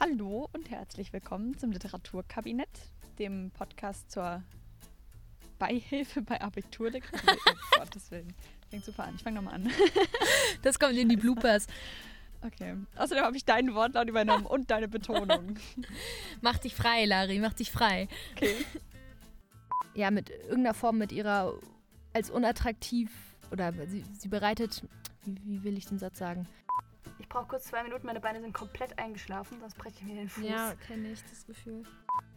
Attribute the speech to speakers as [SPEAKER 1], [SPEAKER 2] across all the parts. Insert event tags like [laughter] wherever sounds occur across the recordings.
[SPEAKER 1] Hallo und herzlich willkommen zum Literaturkabinett, dem Podcast zur Beihilfe bei Abiturliteratur.
[SPEAKER 2] [laughs]
[SPEAKER 1] oh, Gottes Willen. Fängt super an. Ich fange nochmal an.
[SPEAKER 3] Das kommt in die Bloopers.
[SPEAKER 1] Okay. Außerdem habe ich deinen Wortlaut übernommen und deine Betonung.
[SPEAKER 3] Mach dich frei, Lari, mach dich frei.
[SPEAKER 1] Okay.
[SPEAKER 3] Ja, mit irgendeiner Form mit ihrer als unattraktiv oder sie, sie bereitet, wie, wie will ich den Satz sagen?
[SPEAKER 2] Ich brauche kurz zwei Minuten, meine Beine sind komplett eingeschlafen, sonst breche ich mir den Fuß.
[SPEAKER 4] Ja, kenne ich das Gefühl.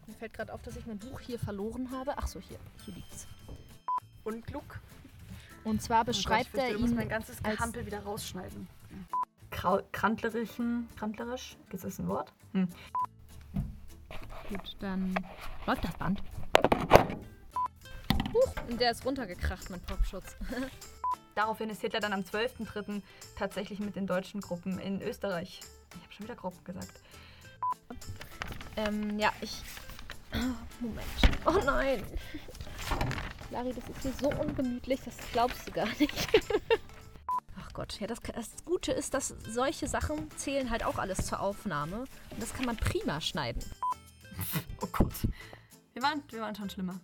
[SPEAKER 3] Mir fällt gerade auf, dass ich mein Buch hier verloren habe. Ach so, hier, hier liegt's.
[SPEAKER 2] Unglück.
[SPEAKER 3] Und zwar
[SPEAKER 2] ich
[SPEAKER 3] beschreibt
[SPEAKER 2] Oh fürchte,
[SPEAKER 3] er
[SPEAKER 2] du musst
[SPEAKER 3] ihn
[SPEAKER 2] mein ganzes
[SPEAKER 3] als-
[SPEAKER 2] Gehampel wieder rausschneiden. Krantlerischen, krantlerisch, ist das ein Wort? Hm.
[SPEAKER 3] Gut, dann läuft das Band.
[SPEAKER 4] Und der ist runtergekracht, mein Popschutz.
[SPEAKER 2] Daraufhin ist Hitler dann am 12.03. tatsächlich mit den deutschen Gruppen in Österreich. Ich habe schon wieder Gruppen gesagt.
[SPEAKER 3] Ähm, ja, ich. [clears throat] Moment. Oh nein! Lari, das ist hier so ungemütlich, das glaubst du gar nicht. [laughs] Ach Gott, ja, das, das Gute ist, dass solche Sachen zählen halt auch alles zur Aufnahme. Und das kann man prima schneiden.
[SPEAKER 2] Oh Gott. Wir waren, wir waren schon schlimmer.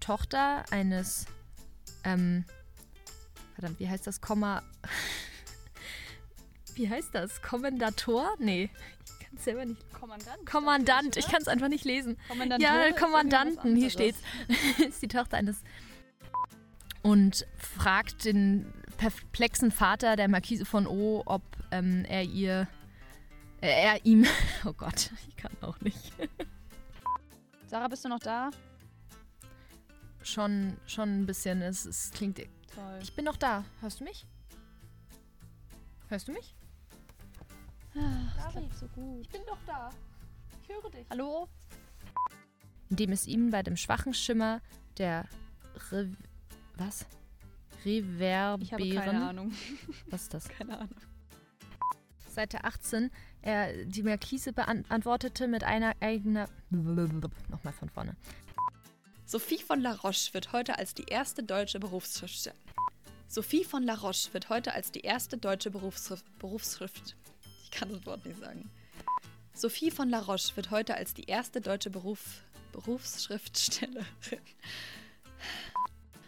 [SPEAKER 3] Tochter eines, ähm, verdammt, wie heißt das, Komma, [laughs] wie heißt das, Kommendator? Nee, ich kann es selber nicht.
[SPEAKER 1] Kommandant.
[SPEAKER 3] Kommandant, ich kann es einfach nicht lesen.
[SPEAKER 1] Kommandant.
[SPEAKER 3] Ja, Kommandanten, hier steht's. [laughs] ist die Tochter eines. Und fragt den perplexen Vater der Marquise von O, ob ähm, er ihr. Äh, er ihm. [laughs] Oh Gott, ich kann auch nicht.
[SPEAKER 1] Sarah, bist du noch da?
[SPEAKER 3] Schon, schon ein bisschen. Es, es klingt.
[SPEAKER 1] Toll.
[SPEAKER 3] Ich bin noch da. Hörst du mich? Hörst du mich?
[SPEAKER 1] Ah, klappt so gut.
[SPEAKER 2] Ich bin doch da. Ich höre dich.
[SPEAKER 1] Hallo?
[SPEAKER 3] Indem es ihm bei dem schwachen Schimmer der. Re was? Reverberen.
[SPEAKER 1] Ich habe keine Ahnung. [laughs]
[SPEAKER 3] Was ist das?
[SPEAKER 1] Keine Ahnung.
[SPEAKER 3] Seite 18. Er, die Markise beantwortete mit einer eigener. Nochmal von vorne.
[SPEAKER 5] Sophie von La Roche wird heute als die erste deutsche Berufsschriftstellerin. Sophie von La Roche wird heute als die erste deutsche Berufsschrift. Berufsschrift ich kann das Wort nicht sagen. Sophie von La Roche wird heute als die erste deutsche Beruf, Berufsschriftstellerin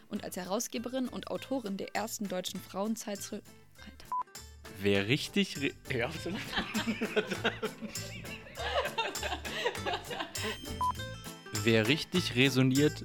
[SPEAKER 5] und als Herausgeberin und Autorin der ersten deutschen Frauenzeitschrift. Alter.
[SPEAKER 6] Wer richtig. Re ja, warte mal. Wer richtig resoniert,